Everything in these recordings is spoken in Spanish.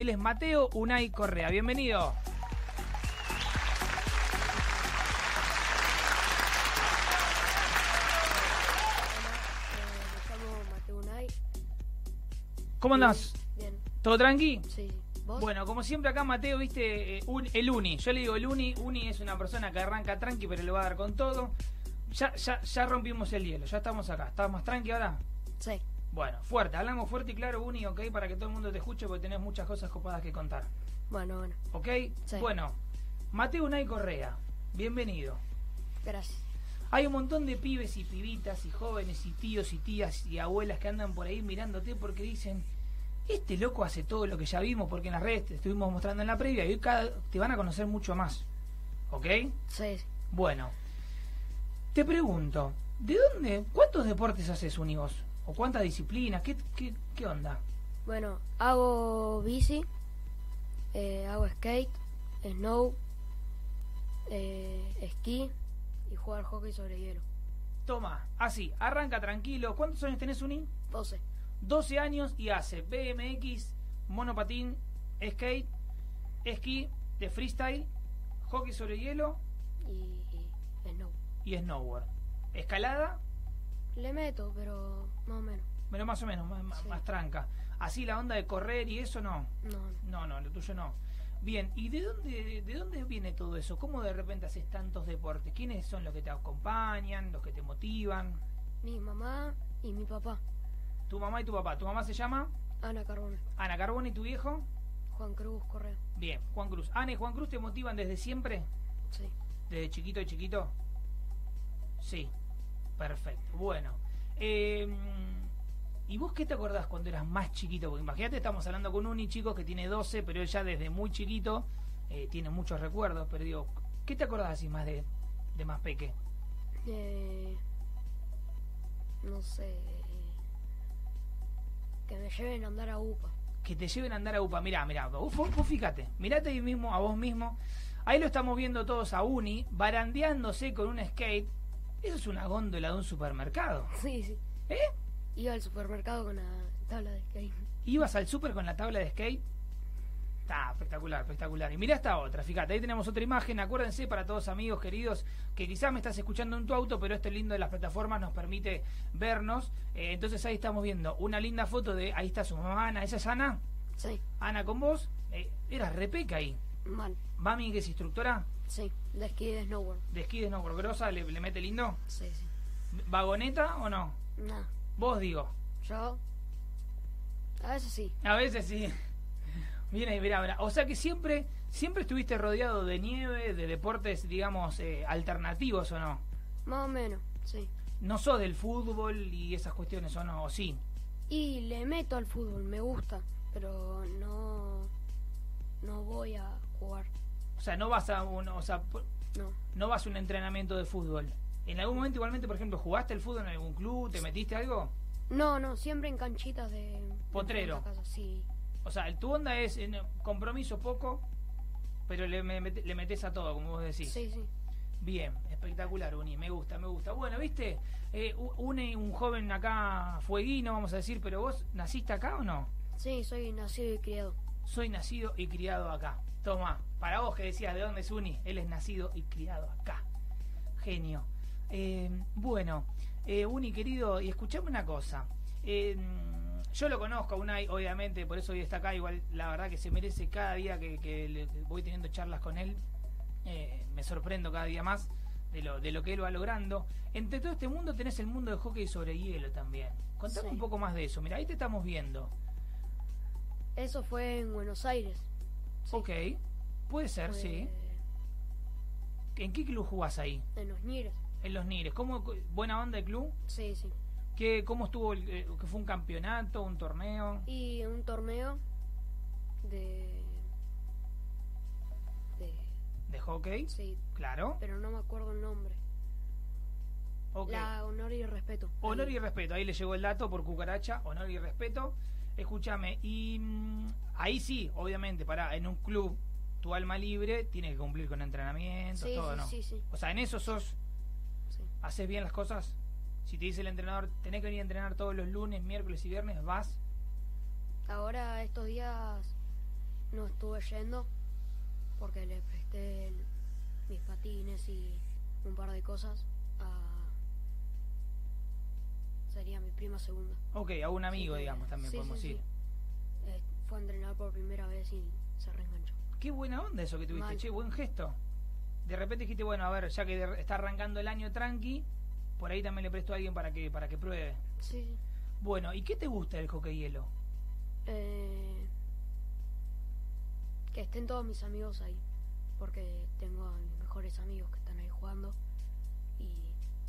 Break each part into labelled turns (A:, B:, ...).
A: Él es Mateo Unai Correa. Bienvenido.
B: Me llamo Mateo Unai.
A: ¿Cómo andás?
B: Bien,
A: ¿Todo tranqui?
B: sí. ¿Vos?
A: Bueno, como siempre acá Mateo, viste, eh, un- el Uni. Yo le digo el Uni. Uni es una persona que arranca tranqui, pero le va a dar con todo. Ya, ya, ya rompimos el hielo, ya estamos acá. ¿Estás más tranqui ahora?
B: Sí.
A: Bueno, fuerte, hablamos fuerte y claro, Uni, ok, para que todo el mundo te escuche porque tenés muchas cosas copadas que contar.
B: Bueno, bueno.
A: ¿Ok?
B: Sí.
A: Bueno, Mateo Unai Correa, bienvenido.
B: Gracias.
A: Hay un montón de pibes y pibitas y jóvenes y tíos y tías y abuelas que andan por ahí mirándote porque dicen, este loco hace todo lo que ya vimos porque en las redes te estuvimos mostrando en la previa y hoy cada- te van a conocer mucho más. ¿Ok?
B: Sí.
A: Bueno, te pregunto, ¿de dónde, cuántos deportes haces, Uni, vos? ¿O cuántas disciplinas? ¿Qué, qué, qué onda?
B: Bueno, hago bici, eh, hago skate, snow, eh, esquí y jugar hockey sobre hielo.
A: Toma, así, arranca tranquilo. ¿Cuántos años tenés, Uni?
B: 12.
A: 12 años y hace BMX, monopatín, skate, esquí de freestyle, hockey sobre hielo
B: Y, y snow.
A: y snowboard. Escalada,
B: Le meto, pero más o menos.
A: pero más o menos, más, más-
B: Sí.
A: más tranca. Así la onda de correr y eso no.
B: No,
A: No,
B: no.
A: no, lo tuyo no. Bien, ¿y de dónde, de dónde viene todo eso? ¿Cómo de repente haces tantos deportes? ¿Quiénes son los que te acompañan, los que te motivan?
B: Mi mamá y mi papá,
A: Tu mamá y tu papá. ¿Tu mamá se llama?
B: Ana Carbona,
A: Ana Carbone y tu viejo.
B: Juan Cruz Correa.
A: Bien, Juan Cruz. Ana y Juan Cruz te motivan desde siempre.
B: Sí.
A: ¿Desde chiquito y chiquito? Sí, perfecto. Bueno, eh, ¿y vos qué te acordás cuando eras más chiquito? Porque imagínate, estamos hablando con Uni, chicos, que tiene 12, pero él ya desde muy chiquito eh, tiene muchos recuerdos. Pero digo, ¿qué te acordás así más de, de más peque?
B: Eh, no sé. eh, Que me lleven a andar a UPA.
A: que te lleven a andar a UPA. Mirá, mirá, vos, vos- vos fíjate, mirate ahí mismo, a vos mismo. Ahí lo estamos viendo todos a Uni, barandeándose con un skate. Eso es una góndola de un supermercado.
B: Sí, sí.
A: ¿Eh?
B: Iba al supermercado con la tabla de skate.
A: ¿Ibas al súper con la tabla de skate? Está espectacular, espectacular. Y mira esta otra, fíjate, ahí tenemos otra imagen. Acuérdense para todos amigos queridos que quizás me estás escuchando en tu auto, pero este lindo de las plataformas nos permite vernos. Eh, entonces ahí estamos viendo una linda foto de, ahí está su mamá Ana, esa es Ana,
B: Sí,
A: Ana con vos. Eh, eras repeca ahí.
B: mal.
A: Mami que es instructora
B: Sí, de esquí de snowboard.
A: de esquí de snowboard, grosa, le, le mete lindo.
B: Sí, sí.
A: ¿Vagoneta o no?
B: Nada.
A: Vos digo.
B: Yo. A veces sí.
A: A veces sí. Mira y mira, O sea que siempre, siempre estuviste rodeado de nieve, de deportes, digamos, eh, alternativos o no.
B: Más o menos, sí.
A: No sos del fútbol y esas cuestiones o no, o sí.
B: Y le meto al fútbol, me gusta. Pero no. No voy a jugar.
A: O sea, no vas a un, o sea, por-
B: No.
A: no vas a un entrenamiento de fútbol. En algún momento igualmente, por ejemplo, jugaste el fútbol en algún club, te metiste algo.
B: No, no, siempre en canchitas de. de
A: Potrero.
B: frente a casa, Sí.
A: O sea, tu onda es eh, no, compromiso poco, pero le, me- mete- le metes a todo, como vos decís.
B: Sí, sí.
A: Bien, espectacular, Uni, me gusta, me gusta. Bueno, viste, eh, u- une un joven acá fueguino, vamos a decir, pero vos naciste acá o no?
B: Sí, soy nacido y criado.
A: Soy nacido y criado acá. Toma, para vos que decías de dónde es Uni, él es nacido y criado acá. Genio. Eh, bueno, eh, Uni querido, y escuchame una cosa. Eh, yo lo conozco a Unai, obviamente, por eso hoy está acá. Igual, la verdad que se merece cada día que, que le- que voy teniendo charlas con él. Eh, me sorprendo cada día más de lo, de lo que él va logrando. Entre todo este mundo tenés el mundo de hockey sobre hielo también. Contame
B: Sí.
A: un poco más de eso. Mira, ahí te estamos viendo.
B: Eso fue en Buenos Aires. Sí. Pues,
A: Ok, puede ser,
B: Fue
A: sí. ¿En qué club jugás ahí?
B: En los Nires.
A: En los Nires. ¿Cómo, ¿Buena onda el club?
B: Sí, sí.
A: ¿Qué, ¿Cómo estuvo? el- eh, que ¿Fue un campeonato, un torneo?
B: Y un torneo de. de.
A: ¿De hockey?
B: sí,
A: Claro.
B: pero no me acuerdo el nombre.
A: Ok.
B: La honor y respeto.
A: Honor y respeto. Ahí le llegó el dato por cucaracha. Honor y respeto. Escúchame. Y mm, ahí sí, obviamente, para en un club tu alma libre tiene que cumplir con entrenamientos,
B: Sí,
A: todo,
B: sí,
A: ¿no?
B: sí, sí,
A: O sea, en eso sos,
B: sí.
A: haces bien las cosas. Si te dice el entrenador, tenés que venir a entrenar todos los lunes, miércoles y viernes, vas
B: Ahora estos días no estuve yendo porque le presté el- mis patines y un par de cosas a... Sería mi prima segunda.
A: Ok, a un amigo,
B: Sí,
A: digamos, también
B: sí,
A: podemos
B: sí,
A: ir.
B: sí. Eh, fue a entrenar por primera vez y se reenganchó.
A: Qué buena onda eso que tuviste,
B: Mal.
A: che, buen gesto. De repente dijiste, bueno, a ver, ya que de- está arrancando el año tranqui, por ahí también le presto a alguien para que, para que pruebe.
B: Sí, sí.
A: Bueno, ¿y qué te gusta del hockey hielo?
B: Eh, que estén todos mis amigos ahí, porque tengo a mis mejores amigos que están ahí jugando y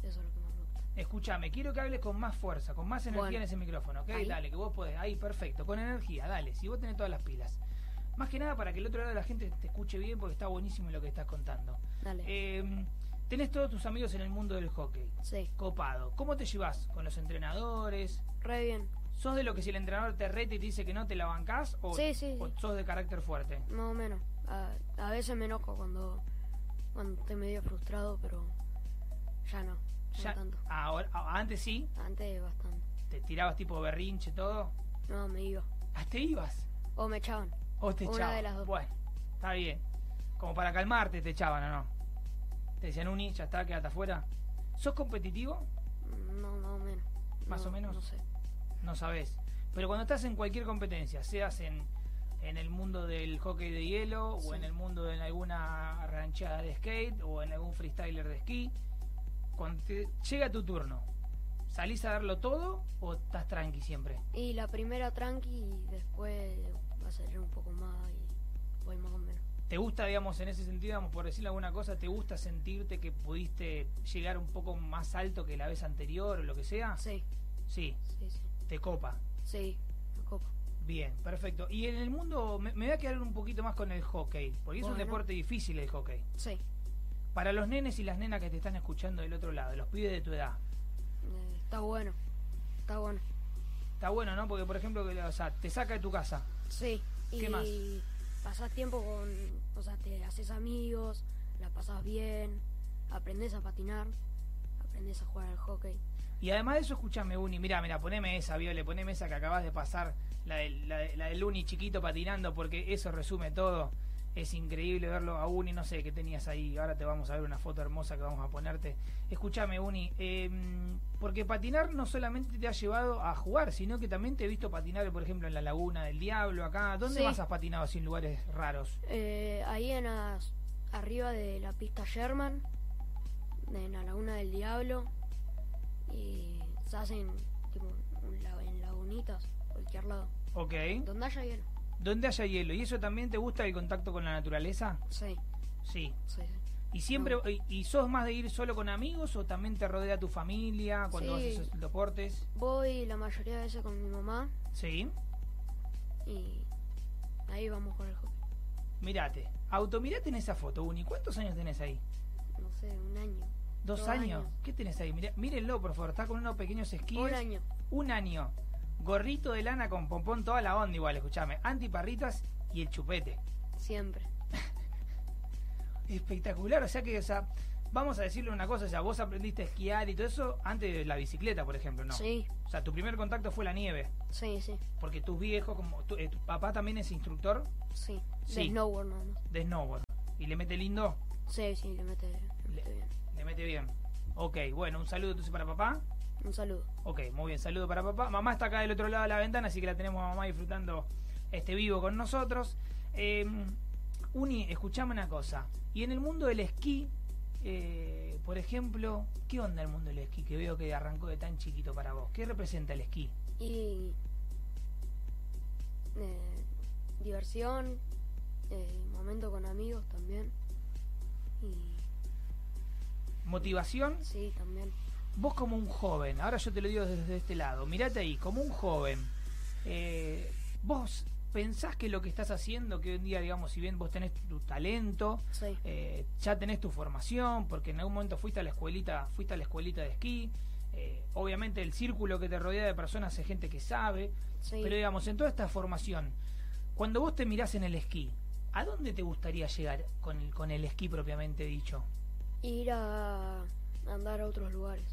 B: eso es lo que más me gusta.
A: Escúchame, quiero que hables con más fuerza, con más energía
B: Bueno.
A: en ese micrófono, ¿ok?
B: Ahí.
A: Dale, que vos podés. Ahí, perfecto, con energía, dale, si vos tenés todas las pilas. Más que nada para que el otro lado de la gente te escuche bien porque está buenísimo lo que estás contando.
B: Dale.
A: Eh, tenés todos tus amigos en el mundo del hockey,
B: Sí,
A: copado. ¿Cómo te llevas con los entrenadores?
B: re bien.
A: ¿Sos de lo que si el entrenador te reta y te dice que no te la bancás o,
B: Sí, sí,
A: o
B: sí.
A: sos de carácter fuerte?
B: Más o menos. A, a veces me enojo cuando, cuando estoy medio frustrado, pero ya no. No
A: Ya-
B: tanto.
A: ahora, a- antes sí,
B: Antes bastante.
A: te tirabas tipo berrinche, todo.
B: No, me iba.
A: Hasta ibas.
B: O me echaban.
A: O te
B: Una
A: echaban.
B: de las dos.
A: Bueno, está bien. Como para calmarte te echaban o no. Te decían, Uni, ya está, quédate afuera. ¿Sos competitivo?
B: No, más o menos.
A: Más
B: No-
A: o menos.
B: No sé.
A: No sabés. Pero cuando estás en cualquier competencia, seas en, en el mundo del hockey de hielo, o
B: Sí.
A: en el mundo de alguna ranchada de skate, o en algún freestyler de esquí, cuando te llega tu turno, ¿salís a darlo todo o estás tranqui siempre?
B: Y la primera tranqui y después va a salir un poco más y voy más o menos.
A: ¿Te gusta, digamos, en ese sentido, digamos, por decirle alguna cosa, te gusta sentirte que pudiste llegar un poco más alto que la vez anterior o lo que sea?
B: Sí,
A: Sí,
B: sí, sí.
A: te copa.
B: Sí, me copa.
A: Bien, perfecto. Y en el mundo, me, me voy a quedar un poquito más con el hockey, porque es un
B: Bueno.
A: deporte difícil el hockey.
B: Sí.
A: Para los nenes y las nenas que te están escuchando del otro lado, los pibes de tu edad,
B: eh, está bueno. Está bueno.
A: está bueno, ¿no? Porque, por ejemplo, que, o sea, te saca de tu casa.
B: Sí. Y
A: ¿Qué más?
B: pasás tiempo con. O sea, te haces amigos, la pasás bien, aprendes a patinar, aprendes a jugar al hockey.
A: Y además de eso, escuchame, Uni, mira, mira, poneme esa, Viole, poneme esa que acabas de pasar, la del, la, de- la del Uni chiquito patinando, porque eso resume todo. Es increíble verlo a Uni, no sé qué tenías ahí. Ahora te vamos a ver una foto hermosa que vamos a ponerte. Escúchame, Uni, em, porque patinar no solamente te ha llevado a jugar, sino que también te he visto patinar, por ejemplo, en la Laguna del Diablo, acá. ¿Dónde
B: Sí.
A: más has patinado así en lugares raros?
B: Eh, ahí en as- arriba de la pista Sherman, en la Laguna del Diablo, y se hacen tipo, un la- en lagunitas, cualquier lado.
A: Ok.
B: Donde haya hielo.
A: ¿Dónde haya hielo? ¿Y eso también te gusta el contacto con la naturaleza?
B: Sí,
A: Sí.
B: sí, sí.
A: ¿Y siempre
B: Ah.
A: y, y sos más de ir solo con amigos o también te rodea tu familia cuando
B: Sí.
A: haces esos deportes?
B: Voy la mayoría de veces con mi mamá
A: Sí.
B: y ahí vamos con el hockey.
A: Mirate. Automirate en esa foto, Uni. ¿Cuántos años tenés ahí?
B: No sé, un año.
A: ¿Dos,
B: Dos
A: años?
B: años.
A: ¿Qué tenés ahí? Mirá- mírenlo, por favor. Está con unos pequeños esquíes.
B: Un año.
A: Un año. Gorrito de lana con pompón, toda la onda igual, escuchame. Antiparritas y el chupete.
B: Siempre.
A: Espectacular. O sea que, o sea, vamos a decirle una cosa. O sea, vos aprendiste a esquiar y todo eso antes de la bicicleta, por ejemplo, ¿no?
B: Sí,
A: O sea, tu primer contacto fue la nieve.
B: sí, sí,
A: Porque tus viejos, como tu, eh, tu papá también es instructor
B: sí.
A: Sí.
B: De snowboard nada más.
A: de snowboard. Y le mete lindo,
B: Sí, sí, le mete, le mete bien.
A: le mete bien. Ok, bueno, un saludo entonces para papá.
B: Un saludo.
A: Ok, muy bien, saludo para papá. Mamá está acá del otro lado de la ventana, así que la tenemos a mamá disfrutando este vivo con nosotros. Eh, Uni, escuchame una cosa. Y en el mundo del esquí, eh, por ejemplo, ¿qué onda el mundo del esquí? Que veo que arrancó de tan chiquito para vos. ¿Qué representa el esquí?
B: y eh, diversión, eh, momento con amigos también. Y
A: ¿Motivación?
B: sí, también.
A: Vos como un joven, ahora yo te lo digo desde este lado, mirate ahí, como un joven, eh, vos pensás que lo que estás haciendo, que hoy en día, digamos, si bien vos tenés tu talento,
B: Sí,
A: eh, ya tenés tu formación, porque en algún momento fuiste a la escuelita, fuiste a la escuelita de esquí, eh, obviamente el círculo que te rodea de personas es gente que sabe,
B: sí.
A: pero digamos, en toda esta formación, cuando vos te mirás en el esquí, ¿a dónde te gustaría llegar con el, con el esquí propiamente dicho?
B: Ir a andar a otros lugares.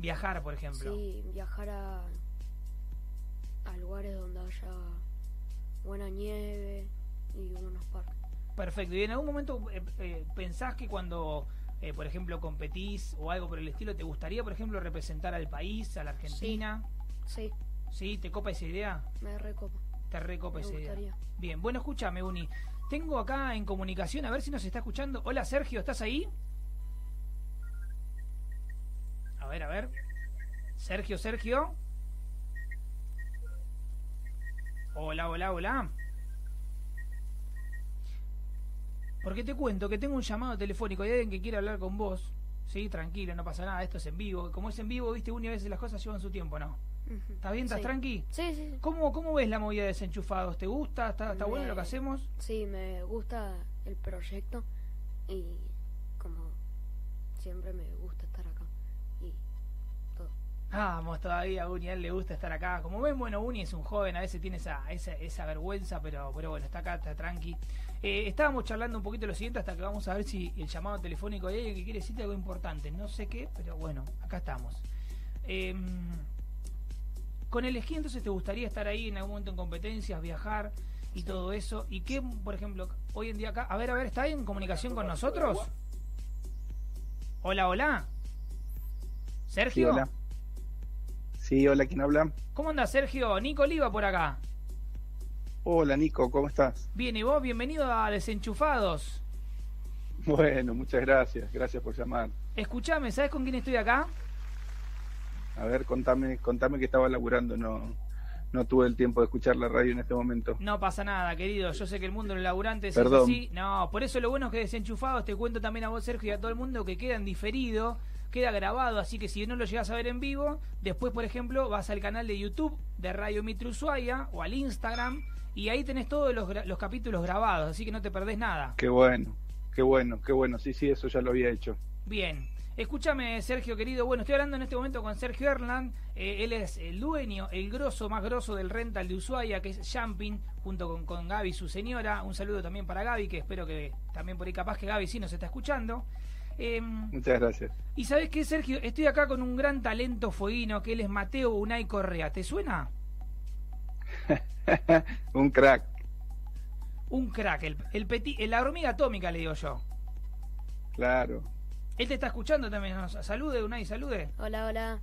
A: Viajar, por ejemplo.
B: Sí, viajar a, a lugares donde haya buena nieve y un
A: Perfecto. ¿Y en algún momento eh, eh, pensás que cuando, eh, por ejemplo, competís o algo por el estilo, te gustaría, por ejemplo, representar al país, a la Argentina?
B: Sí,
A: ¿Sí? ¿Te copa esa idea?
B: me recopa.
A: Te recopa
B: Me
A: esa idea.
B: gustaría.
A: Bien, bueno, escúchame, Uni. Tengo acá en comunicación, a ver si nos está escuchando. Hola, Sergio, ¿estás ahí? A ver, a ver. Sergio, Sergio. Hola, hola, hola. Porque te cuento que tengo un llamado telefónico y alguien que quiere hablar con vos. Sí, tranquilo, no pasa nada, esto es en vivo. Como es en vivo, viste, Uni, a veces las cosas llevan su tiempo, ¿no?
B: Ujú.
A: ¿Estás bien? ¿Estás
B: sí.
A: tranqui?
B: Sí, sí, sí.
A: ¿Cómo, ¿Cómo ves la movida de desenchufados? ¿Te gusta? ¿Está, está bueno lo que
B: Me-
A: hacemos?
B: Sí, me gusta el proyecto y como siempre me gusta estar acá. Y todo.
A: Vamos, todavía a Uni, a él le gusta estar acá. Como ven, bueno, Uni es un joven, a veces tiene esa, esa, esa vergüenza, pero, pero bueno, está acá, está tranqui. Eh, estábamos charlando un poquito lo siguiente hasta que vamos a ver si el llamado telefónico de alguien que quiere decirte algo importante. No sé qué, pero bueno, acá estamos. Em, con el esquí, entonces, ¿te gustaría estar ahí en algún momento en competencias, viajar y todo eso? ¿Y qué, por ejemplo, hoy en día acá? A ver, a ver, ¿está en comunicación con nosotros? Hola, hola.
C: Sí,
A: Sergio.
C: hola. Sí, hola, ¿quién habla?
A: ¿Cómo anda Sergio? Nico Oliva por acá.
C: Hola, Nico, ¿cómo estás?
A: Bien, y vos, bienvenido a Desenchufados.
C: Bueno, muchas gracias, gracias por llamar.
A: Escuchame, ¿sabes con quién estoy acá?
C: A ver, contame, contame que estaba laburando, no, no tuve el tiempo de escuchar la radio en este momento.
A: No pasa nada, querido. Yo sé que el mundo de los laburantes
C: Perdón.
A: es así. No, por eso lo bueno es que Desenchufados, te cuento también a vos, Sergio, y a todo el mundo que queda en diferido, queda grabado. Así que si no lo llegas a ver en vivo, después, por ejemplo, vas al canal de YouTube de Radio Mitre Ushuaia o al Instagram y ahí tenés todos los, gra- los capítulos grabados. Así que no te perdés nada.
C: Qué bueno, qué bueno, qué bueno. Sí, sí, eso ya lo había hecho.
A: Bien. Escúchame, Sergio, querido. Bueno, estoy hablando en este momento con Sergio Erland. Eh, él es el dueño, el grosso más grosso del rental de Ushuaia, que es Jumping, junto con, con Gaby, su señora. Un saludo también para Gaby, que espero que también por ahí capaz que Gaby sí nos está escuchando. Em,
C: Muchas gracias.
A: y sabes qué, Sergio, estoy acá con un gran talento fueguino, que él es Mateo Unai Correa. ¿Te suena?
C: Un crack.
A: Un crack, el, el peti- el- la hormiga atómica, le digo yo.
C: Claro.
A: Él te está escuchando también. Nos salude, Unai, salude.
B: Hola, hola.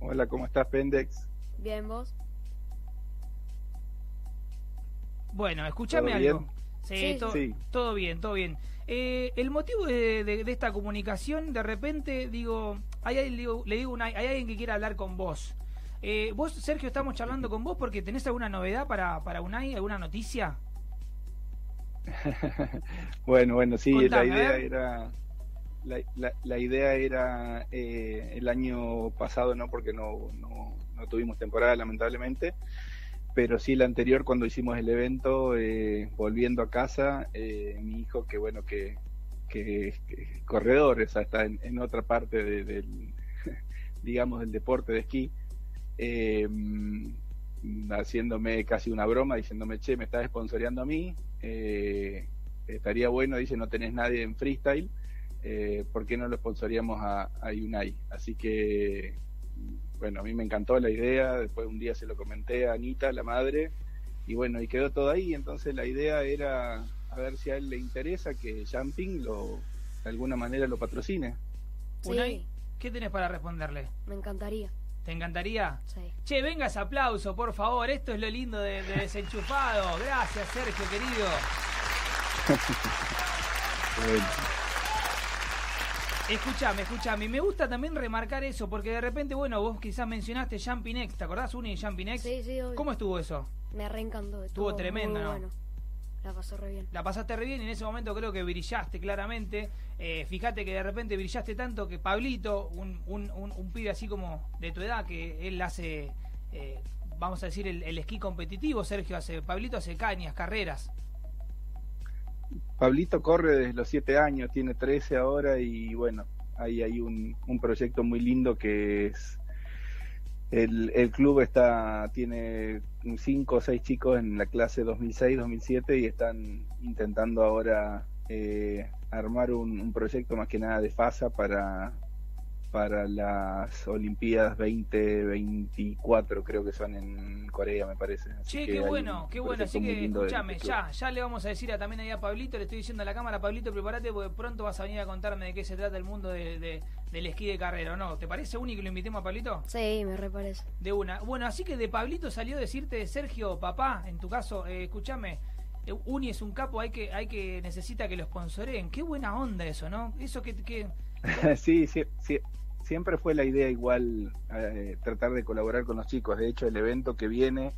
C: Hola, ¿cómo estás, Pendex?
B: Bien, vos.
A: Bueno, escúchame
C: ¿Todo
A: algo.
C: bien?
A: Sí,
B: Sí.
A: to-
C: Sí.
A: todo bien, todo bien. Eh, el motivo de, de- de esta comunicación, de repente, digo, hay, alguien- digo- le digo, una- hay alguien que quiere hablar con vos. Eh, vos, Sergio, estamos charlando con vos porque tenés alguna novedad para, para Unai, alguna noticia.
C: Bueno, bueno, sí,
A: Contame,
C: la
A: a
C: idea
A: ver.
C: era. La, la- la idea era eh, el año pasado, no porque no, no, no tuvimos temporada, lamentablemente, pero sí la anterior, cuando hicimos el evento, eh, volviendo a casa, eh, mi hijo, que bueno, que, que, que es corredor, o sea, está en, en otra parte de- del, digamos, del deporte de esquí, eh, mm, haciéndome casi una broma, diciéndome, che, me estás sponsoreando a mí, eh, estaría bueno, dice, no tenés nadie en freestyle, eh, ¿por qué no lo sponsoríamos a, a Unai? Así que, bueno, a mí me encantó la idea, después un día se lo comenté a Anita, la madre, y bueno, y quedó todo ahí, entonces la idea era a ver si a él le interesa que Jumping lo, de alguna manera lo patrocine.
B: Sí,
A: Unai, ¿qué tenés para responderle?
B: me encantaría.
A: ¿Te encantaría?
B: Sí.
A: Che, venga ese aplauso, por favor. Esto es lo lindo de, de Desenchufado. Gracias, Sergio, querido.
C: Bueno.
A: Escuchame, escuchame. Me gusta también remarcar eso porque de repente, bueno, vos quizás mencionaste Jumping X. ¿Te acordás, Uni, de Jumping X?
B: Sí, sí, obvio.
A: ¿Cómo estuvo eso?
B: Me reencantó.
A: Estuvo
B: muy
A: tremendo, ¿no?
B: bueno. La pasó re bien.
A: La pasaste re bien y en ese momento creo que brillaste claramente. Eh, fíjate que de repente brillaste tanto que Pablito, un, un, un- un pibe así como de tu edad, que él hace, eh, vamos a decir, el, el esquí competitivo, Sergio, hace, Pablito hace cañas, carreras.
C: Pablito corre desde los 7 años, tiene 13 ahora y bueno, ahí hay un, un proyecto muy lindo que es... El, el club está tiene cinco o seis chicos en la clase 2006-2007 y están intentando ahora eh, armar un, un proyecto más que nada de FASA para, para las Olimpiadas 2024, creo que son en Corea, me parece. Así
A: Che,
C: que
A: qué
C: hay
A: bueno,
C: un
A: qué bueno.
C: proyecto
A: Así
C: muy
A: que,
C: lindo de-
A: escúchame,
C: de-
A: ya, ya le vamos a decir a, también ahí a Pablito, le estoy diciendo a la cámara, Pablito, prepárate porque pronto vas a venir a contarme de qué se trata el mundo de- de- del esquí de carrera, ¿o ¿no? ¿Te parece, Uni, que lo invitemos a Pablito?
B: Sí, me reparece.
A: De una. Bueno, así que de Pablito salió decirte, Sergio, papá, en tu caso, eh, escúchame, eh, Uni es un capo, hay que, hay que, necesita que lo sponsoreen. Qué buena onda eso, ¿no? Eso que, que-
C: sí, sí, sí, siempre fue la idea igual eh, tratar de colaborar con los chicos. De hecho, el evento que viene,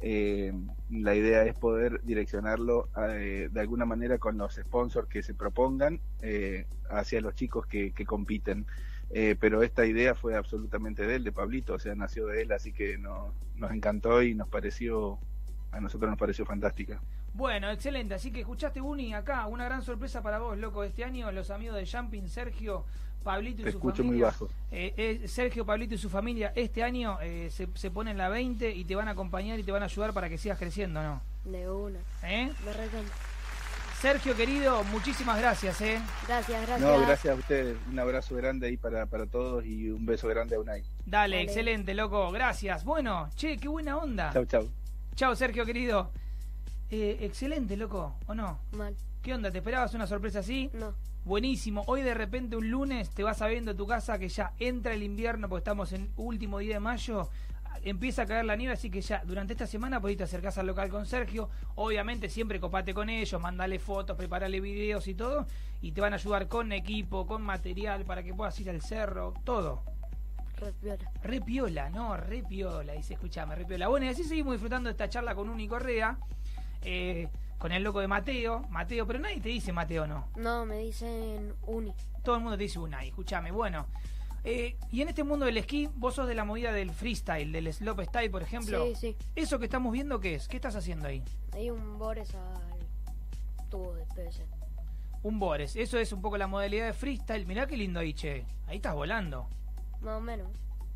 C: eh, la idea es poder direccionarlo eh, de alguna manera con los sponsors que se propongan eh, hacia los chicos que, que compiten. Eh, pero esta idea fue absolutamente de él, de Pablito, o sea, nació de él, así que no- nos encantó y nos pareció, a nosotros nos pareció fantástica.
A: Bueno, excelente. Así que escuchaste, Uni, acá, una gran sorpresa para vos, loco. Este año los amigos de Jumping, Sergio, Pablito y
C: Te
A: su
C: escucho muy
A: familia.
C: bajo.
A: eh, eh, Sergio, Pablito y su familia, este año eh, se, se ponen la 20 y te van a acompañar y te van a ayudar para que sigas creciendo, ¿no?
B: De una.
A: ¿Eh?
B: Me encanta.
A: Sergio, querido, muchísimas gracias, ¿eh?
B: Gracias, gracias.
C: No, gracias a ustedes. Un abrazo grande ahí para, para todos y un beso grande a Unai.
A: Dale,
B: Dale.
A: excelente, loco. Gracias. Bueno, che, qué buena onda.
C: Chau, chau.
A: Chao, Sergio, querido. Eh, excelente, loco, ¿o no?
B: Mal.
A: ¿Qué onda? ¿Te esperabas una sorpresa así?
B: No.
A: Buenísimo. Hoy de repente un lunes te vas sabiendo a tu casa que ya entra el invierno porque estamos en último día de mayo. Empieza a caer la nieve, así que ya durante esta semana podés te acercás al local con Sergio. Obviamente siempre copate con ellos, mandale fotos, preparale videos y todo. Y te van a ayudar con equipo, con material para que puedas ir al cerro, todo.
B: Respira.
A: Re piola, no, re piola, dice, escuchame, re piola. Bueno, y así seguimos disfrutando de esta charla con Uni Correa, eh, con el loco de Mateo, Mateo, pero nadie te dice Mateo, no.
B: No, me dicen uni.
A: Todo el mundo te dice Unai, escuchame, bueno. eh, y en este mundo del esquí, vos sos de la movida del freestyle, del slope style, por ejemplo.
B: Sí, sí.
A: ¿Eso que estamos viendo qué es? ¿Qué estás haciendo ahí?
B: Hay un Bores al tubo de PC.
A: Un Bores, eso es un poco la modalidad de freestyle. Mirá qué lindo ahí, che. Ahí estás volando,
B: Más o menos.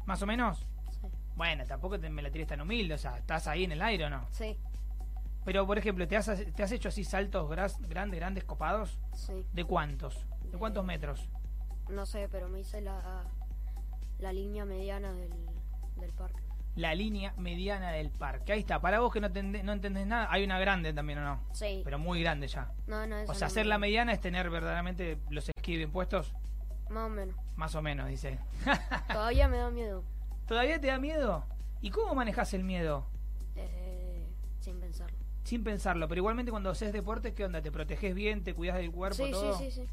A: más o menos.
B: Sí.
A: Bueno, tampoco te- me la tiré tan humilde, o sea, estás ahí en el aire o no.
B: Sí,
A: Pero, por ejemplo, ¿te has, te has hecho así saltos gras- grandes, grandes copados?
B: sí.
A: ¿De cuántos? ¿De cuántos
B: Eh,
A: metros?
B: No sé, pero me hice la, la línea mediana del, del parque.
A: La línea mediana del parque. Ahí está. Para vos que no, tende- no entendés nada, hay una grande también, ¿o no?
B: Sí.
A: Pero muy grande ya.
B: no, no, esa
A: O sea,
B: no
A: hacer
B: me-
A: la mediana es tener verdaderamente los esquí bien puestos.
B: Más o menos.
A: Más o menos, dice.
B: Todavía me da miedo.
A: ¿Todavía te da miedo? ¿Y cómo manejas el miedo?
B: Eh, sin pensarlo.
A: Sin pensarlo, pero igualmente cuando haces deportes, ¿qué onda? ¿Te proteges bien? ¿Te cuidas del cuerpo?
B: Sí, sí,
A: todo?
B: sí, sí.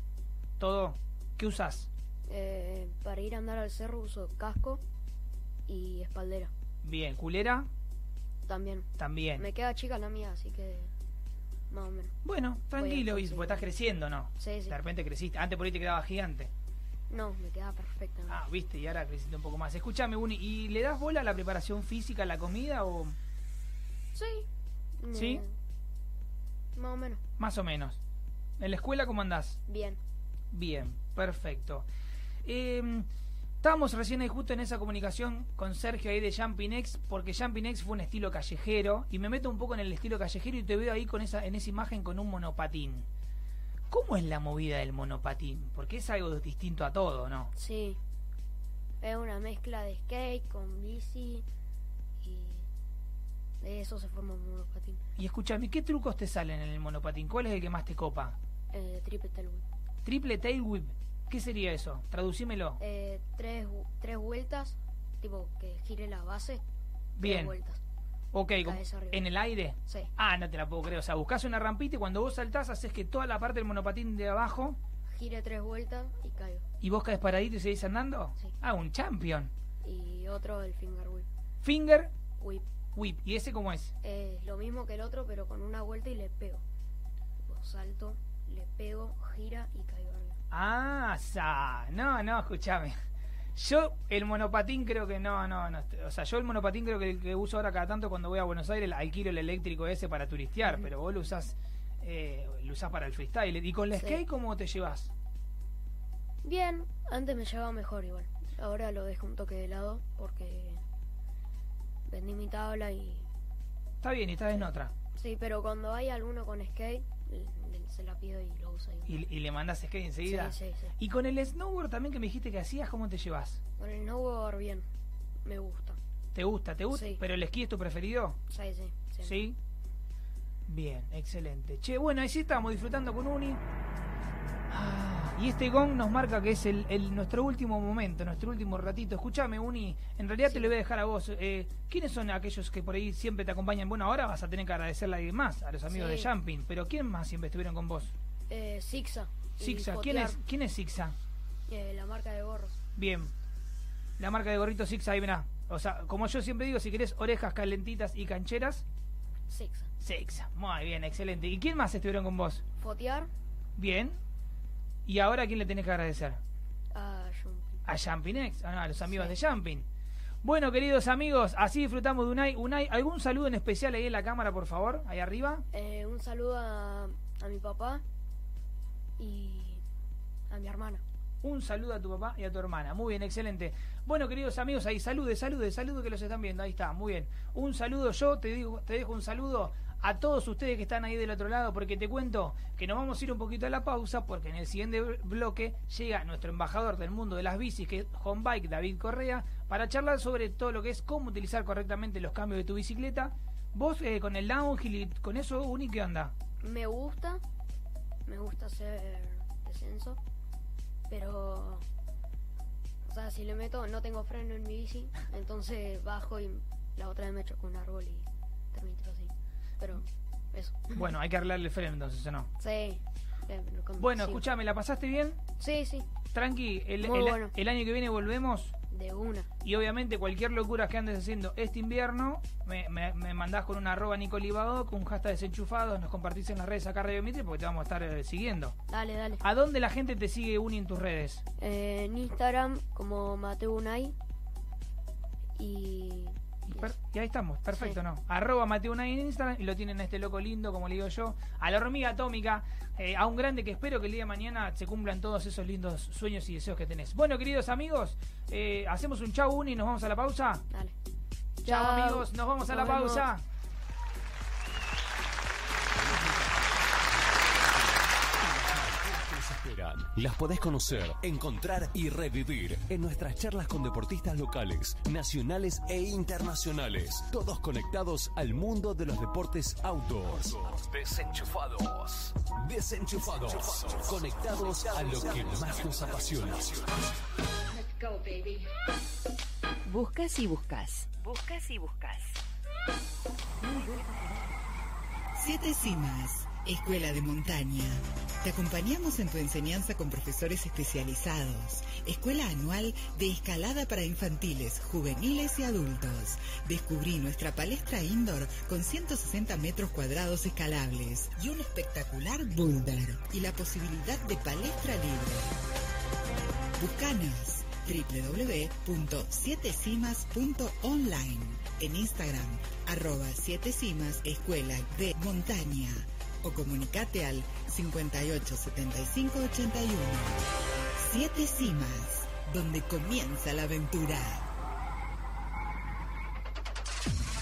A: ¿Todo? ¿Qué usás?
B: Eh, para ir a andar al cerro uso casco y espaldera.
A: Bien, culera
B: También.
A: también.
B: Me queda chica la mía, así que más o menos.
A: Bueno, tranquilo,
B: Voy a-
A: y- porque estás creciendo, ¿no?
B: Sí, sí.
A: De repente creciste. Antes por ahí te quedaba gigante.
B: No, me queda perfecta.
A: Ah, viste, y ahora creciste un poco más. Escúchame, Uni, ¿y le das bola a la preparación física, a la comida o
B: Sí.
A: ¿Sí?
B: Me- Más o menos.
A: más o menos? ¿En la escuela cómo andás?
B: Bien.
A: Bien, perfecto. Eh, estábamos recién ahí justo en esa comunicación con Sergio ahí de Jumping X, porque Jumping X fue un estilo callejero, y me meto un poco en el estilo callejero y te veo ahí con esa, en esa imagen con un monopatín. ¿Cómo es la movida del monopatín? Porque es algo distinto a todo, ¿no?
B: Sí. Es una mezcla de skate con bici y de eso se forma un monopatín.
A: Y escúchame, ¿qué trucos te salen en el monopatín? ¿Cuál es el que más te copa?
B: Eh, triple tailwhip.
A: Triple tail whip. ¿Qué sería eso? Traducímelo.
B: Eh, tres, vu- tres vueltas, tipo que gire la base. Tres
A: Bien.
B: vueltas.
A: Ok, como-
B: Cabeza arriba.
A: en el aire.
B: Sí.
A: Ah, no te la puedo creer. O sea, buscas una rampita y cuando vos saltás haces que toda la parte del monopatín de abajo
B: Gire tres vueltas y caigo.
A: y vos caes paradito y seguís andando.
B: Sí.
A: Ah, un champion.
B: Y otro el finger whip.
A: Finger
B: whip.
A: whip. ¿Y ese cómo es?
B: Es lo mismo que el otro, pero con una vuelta y le pego. Tipo, salto, le pego, gira y caigo arriba.
A: Ah, sa. No, no, escúchame. Yo el monopatín creo que no, no, no. O sea, yo el monopatín creo que el que uso ahora cada tanto cuando voy a Buenos Aires, alquilo el eléctrico ese para turistear,
B: Ujú.
A: pero vos lo usás, eh, lo usás para el freestyle. ¿Y con la
B: Sí.
A: skate cómo te llevas?
B: Bien, antes me llevaba mejor igual. Ahora lo dejo un toque de lado porque vendí mi tabla y
A: Está bien, y estás en otra.
B: Sí, pero cuando hay alguno con skate, le- le- se la pido y lo uso. ahí.
A: Y, y le mandas skate
B: Sí,
A: enseguida.
B: sí, sí.
A: Y con el snowboard también que me dijiste que hacías, ¿cómo te llevas?
B: Con el snowboard bien, me gusta.
A: ¿Te gusta? ¿Te gusta?
B: Sí.
A: ¿Pero el esquí es tu preferido?
B: Sí, sí, sí.
A: ¿Sí? Bien, excelente. Che, bueno, ahí sí estamos disfrutando con Uni. Ah, Y este gong nos marca que es el, el- nuestro último momento, nuestro último ratito. Escúchame, Uni, en realidad te
B: Sí.
A: lo voy a dejar a vos. Eh, ¿Quiénes son aquellos que por ahí siempre te acompañan? Bueno, ahora vas a tener que agradecerle a alguien más, a los amigos
B: Sí.
A: de Jumping, pero ¿quién más siempre estuvieron con vos?
B: Eh, Sixa. y
A: Sixa, ¿quién
B: Jotear,
A: es, ¿quién es Sixa?
B: eh, la marca de gorros.
A: Bien. La marca de gorrito Six, ahí mirá. O sea, como yo siempre digo, si querés orejas calentitas y cancheras,
B: Sixa.
A: Six. Muy bien, excelente. ¿Y quién más estuvieron con vos?
B: Fotear
A: Bien. ¿Y ahora a quién le tenés que agradecer?
B: a Jumping.
A: A Jampinex, ah, no, a los amigos
B: Sí.
A: de Jumping. Bueno, queridos amigos, así disfrutamos de Unai. Unai, ¿algún saludo en especial ahí en la cámara, por favor? Ahí arriba.
B: Eh, un saludo a, a mi papá y a mi hermana.
A: Un saludo a tu papá y a tu hermana. Muy bien, excelente. Bueno, queridos amigos, ahí salude, salude, salude que los están viendo. Ahí está, muy bien. Un saludo, yo te digo, te dejo un saludo a todos ustedes que están ahí del otro lado, porque te cuento que nos vamos a ir un poquito a la pausa, porque en el siguiente bl- bloque llega nuestro embajador del mundo de las bicis, que es Homebike, David Correa, para charlar sobre todo lo que es cómo utilizar correctamente los cambios de tu bicicleta. Vos eh, con el downhill y con eso, Uni, ¿qué onda?
B: Me gusta, me gusta hacer descenso, pero. O sea, si le meto, no tengo freno en mi bici, entonces bajo y la otra vez me choco un árbol y termino así. Pero, eso.
A: Bueno, hay que arreglarle el freno entonces, ¿o no?
B: Sí. eh, lo con-
A: Bueno,
B: sí.
A: escúchame, ¿la pasaste bien?
B: Sí, sí,
A: Tranqui, el,
B: Muy
A: el-
B: bueno.
A: el año que viene volvemos
B: de una.
A: y obviamente cualquier locura que andes haciendo este invierno, me, me- me mandás con una arroba Nicolibado, con un hashtag desenchufados, nos compartís en las redes acá Radio Mitre porque te vamos a estar eh, siguiendo.
B: Dale, dale.
A: ¿A dónde la gente te sigue Uni en tus redes?
B: Eh, en Instagram como Mateo Unai y
A: Y, per- y ahí estamos, perfecto,
B: Sí.
A: ¿no? Arroba Mateo Unai en Instagram y lo tienen a este loco lindo, como le digo yo, a la hormiga atómica, eh, a un grande que espero que el día de mañana se cumplan todos esos lindos sueños y deseos que tenés. Bueno, queridos amigos, eh, hacemos un chau Uni y nos vamos a la pausa.
B: dale.
A: Chao amigos, nos vamos a la
B: Nos vemos.
A: pausa.
D: que nos esperan. Las podés conocer, encontrar y revivir en nuestras charlas con deportistas locales, nacionales e internacionales, todos conectados al mundo de los deportes outdoors. Desenchufados. Desenchufados. Conectados a lo que más nos apasiona.
E: Buscas y buscas. Buscas y buscas.
F: Siete Cimas, Escuela de Montaña. Te acompañamos en tu enseñanza con profesores especializados. Escuela anual de escalada para infantiles, juveniles y adultos. Descubrí nuestra palestra indoor con 160 metros cuadrados escalables y un espectacular boulder y la posibilidad de palestra libre. Buscanos www.7cimas.online en Instagram arroba 7 cimas escuela de montaña o comunicate al 58 75 81 7 cimas donde comienza la aventura.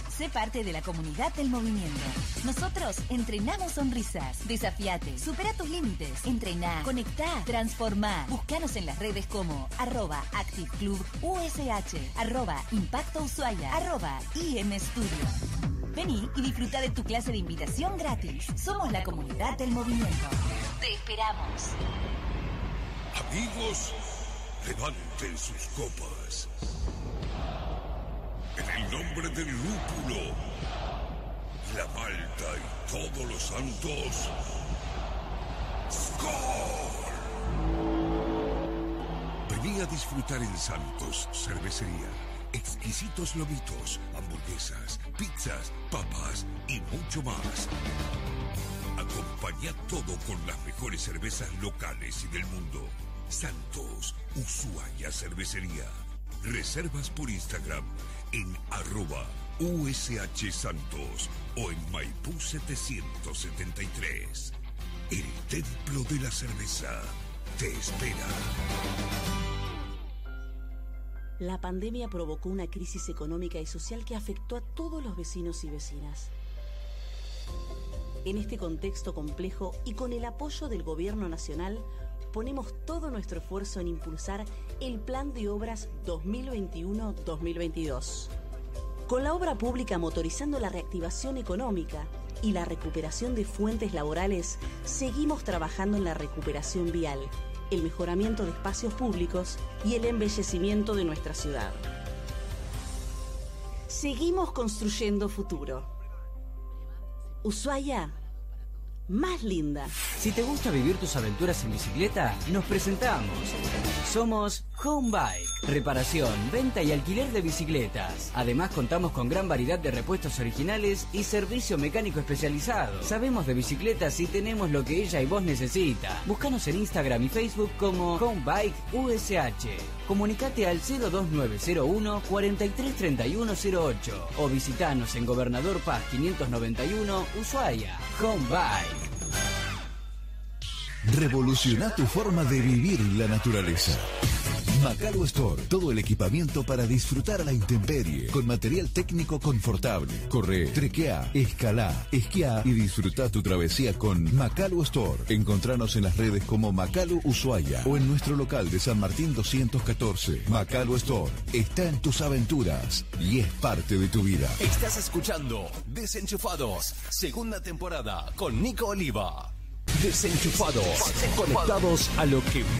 E: Sé parte de la comunidad del movimiento. Nosotros entrenamos sonrisas. Desafiate. Supera tus límites. Entrená. Conectá. Transformá. Buscanos en las redes como arroba Active Club USH, arroba Impacto Ushuaia, arroba IM Studio. Vení y disfruta de tu clase de invitación gratis. Somos la comunidad del movimiento. Te esperamos.
G: Amigos, levanten sus copas. En el nombre del lúpulo, la malta y todos los santos. ¡Skol! Vení a disfrutar en Santos Cervecería. Exquisitos lomitos, hamburguesas, pizzas, papas y mucho más. Acompaña todo con las mejores cervezas locales y del mundo. Santos, Ushuaia Cervecería. Reservas por Instagram en arroba USH Santos o en Maipú 773. El Templo de la Cerveza te espera.
H: La pandemia provocó una crisis económica y social que afectó a todos los vecinos y vecinas. En este contexto complejo y con el apoyo del Gobierno Nacional, ponemos todo nuestro esfuerzo en impulsar el Plan de Obras 2021-2022. Con la obra pública motorizando la reactivación económica y la recuperación de fuentes laborales, seguimos trabajando en la recuperación vial, el mejoramiento de espacios públicos y el embellecimiento de nuestra ciudad. Seguimos construyendo futuro. Ushuaia, más linda.
I: Si te gusta vivir tus aventuras en bicicleta, nos presentamos. Somos Home Bike, reparación, venta y alquiler de bicicletas. Además contamos con gran variedad de repuestos originales y servicio mecánico especializado. Sabemos de bicicletas y tenemos lo que ella y vos necesita. Búscanos en Instagram y Facebook como Home Bike USH. Comunicate al 02901 433108 o visitanos en Gobernador Paz 591 Ushuaia. Home Bike.
G: Revoluciona tu forma de vivir la naturaleza. Macalo Store, todo el equipamiento para disfrutar a la intemperie, con material técnico confortable. Corre, trequea, escalá, esquiá y disfruta tu travesía con Macalo Store. Encontranos en las redes como Macalo Ushuaia o en nuestro local de San Martín 214. Macalo Store está en tus aventuras y es parte de tu vida.
D: Estás escuchando Desenchufados, segunda temporada con Nico Oliva. Desenchufados, conectados a lo que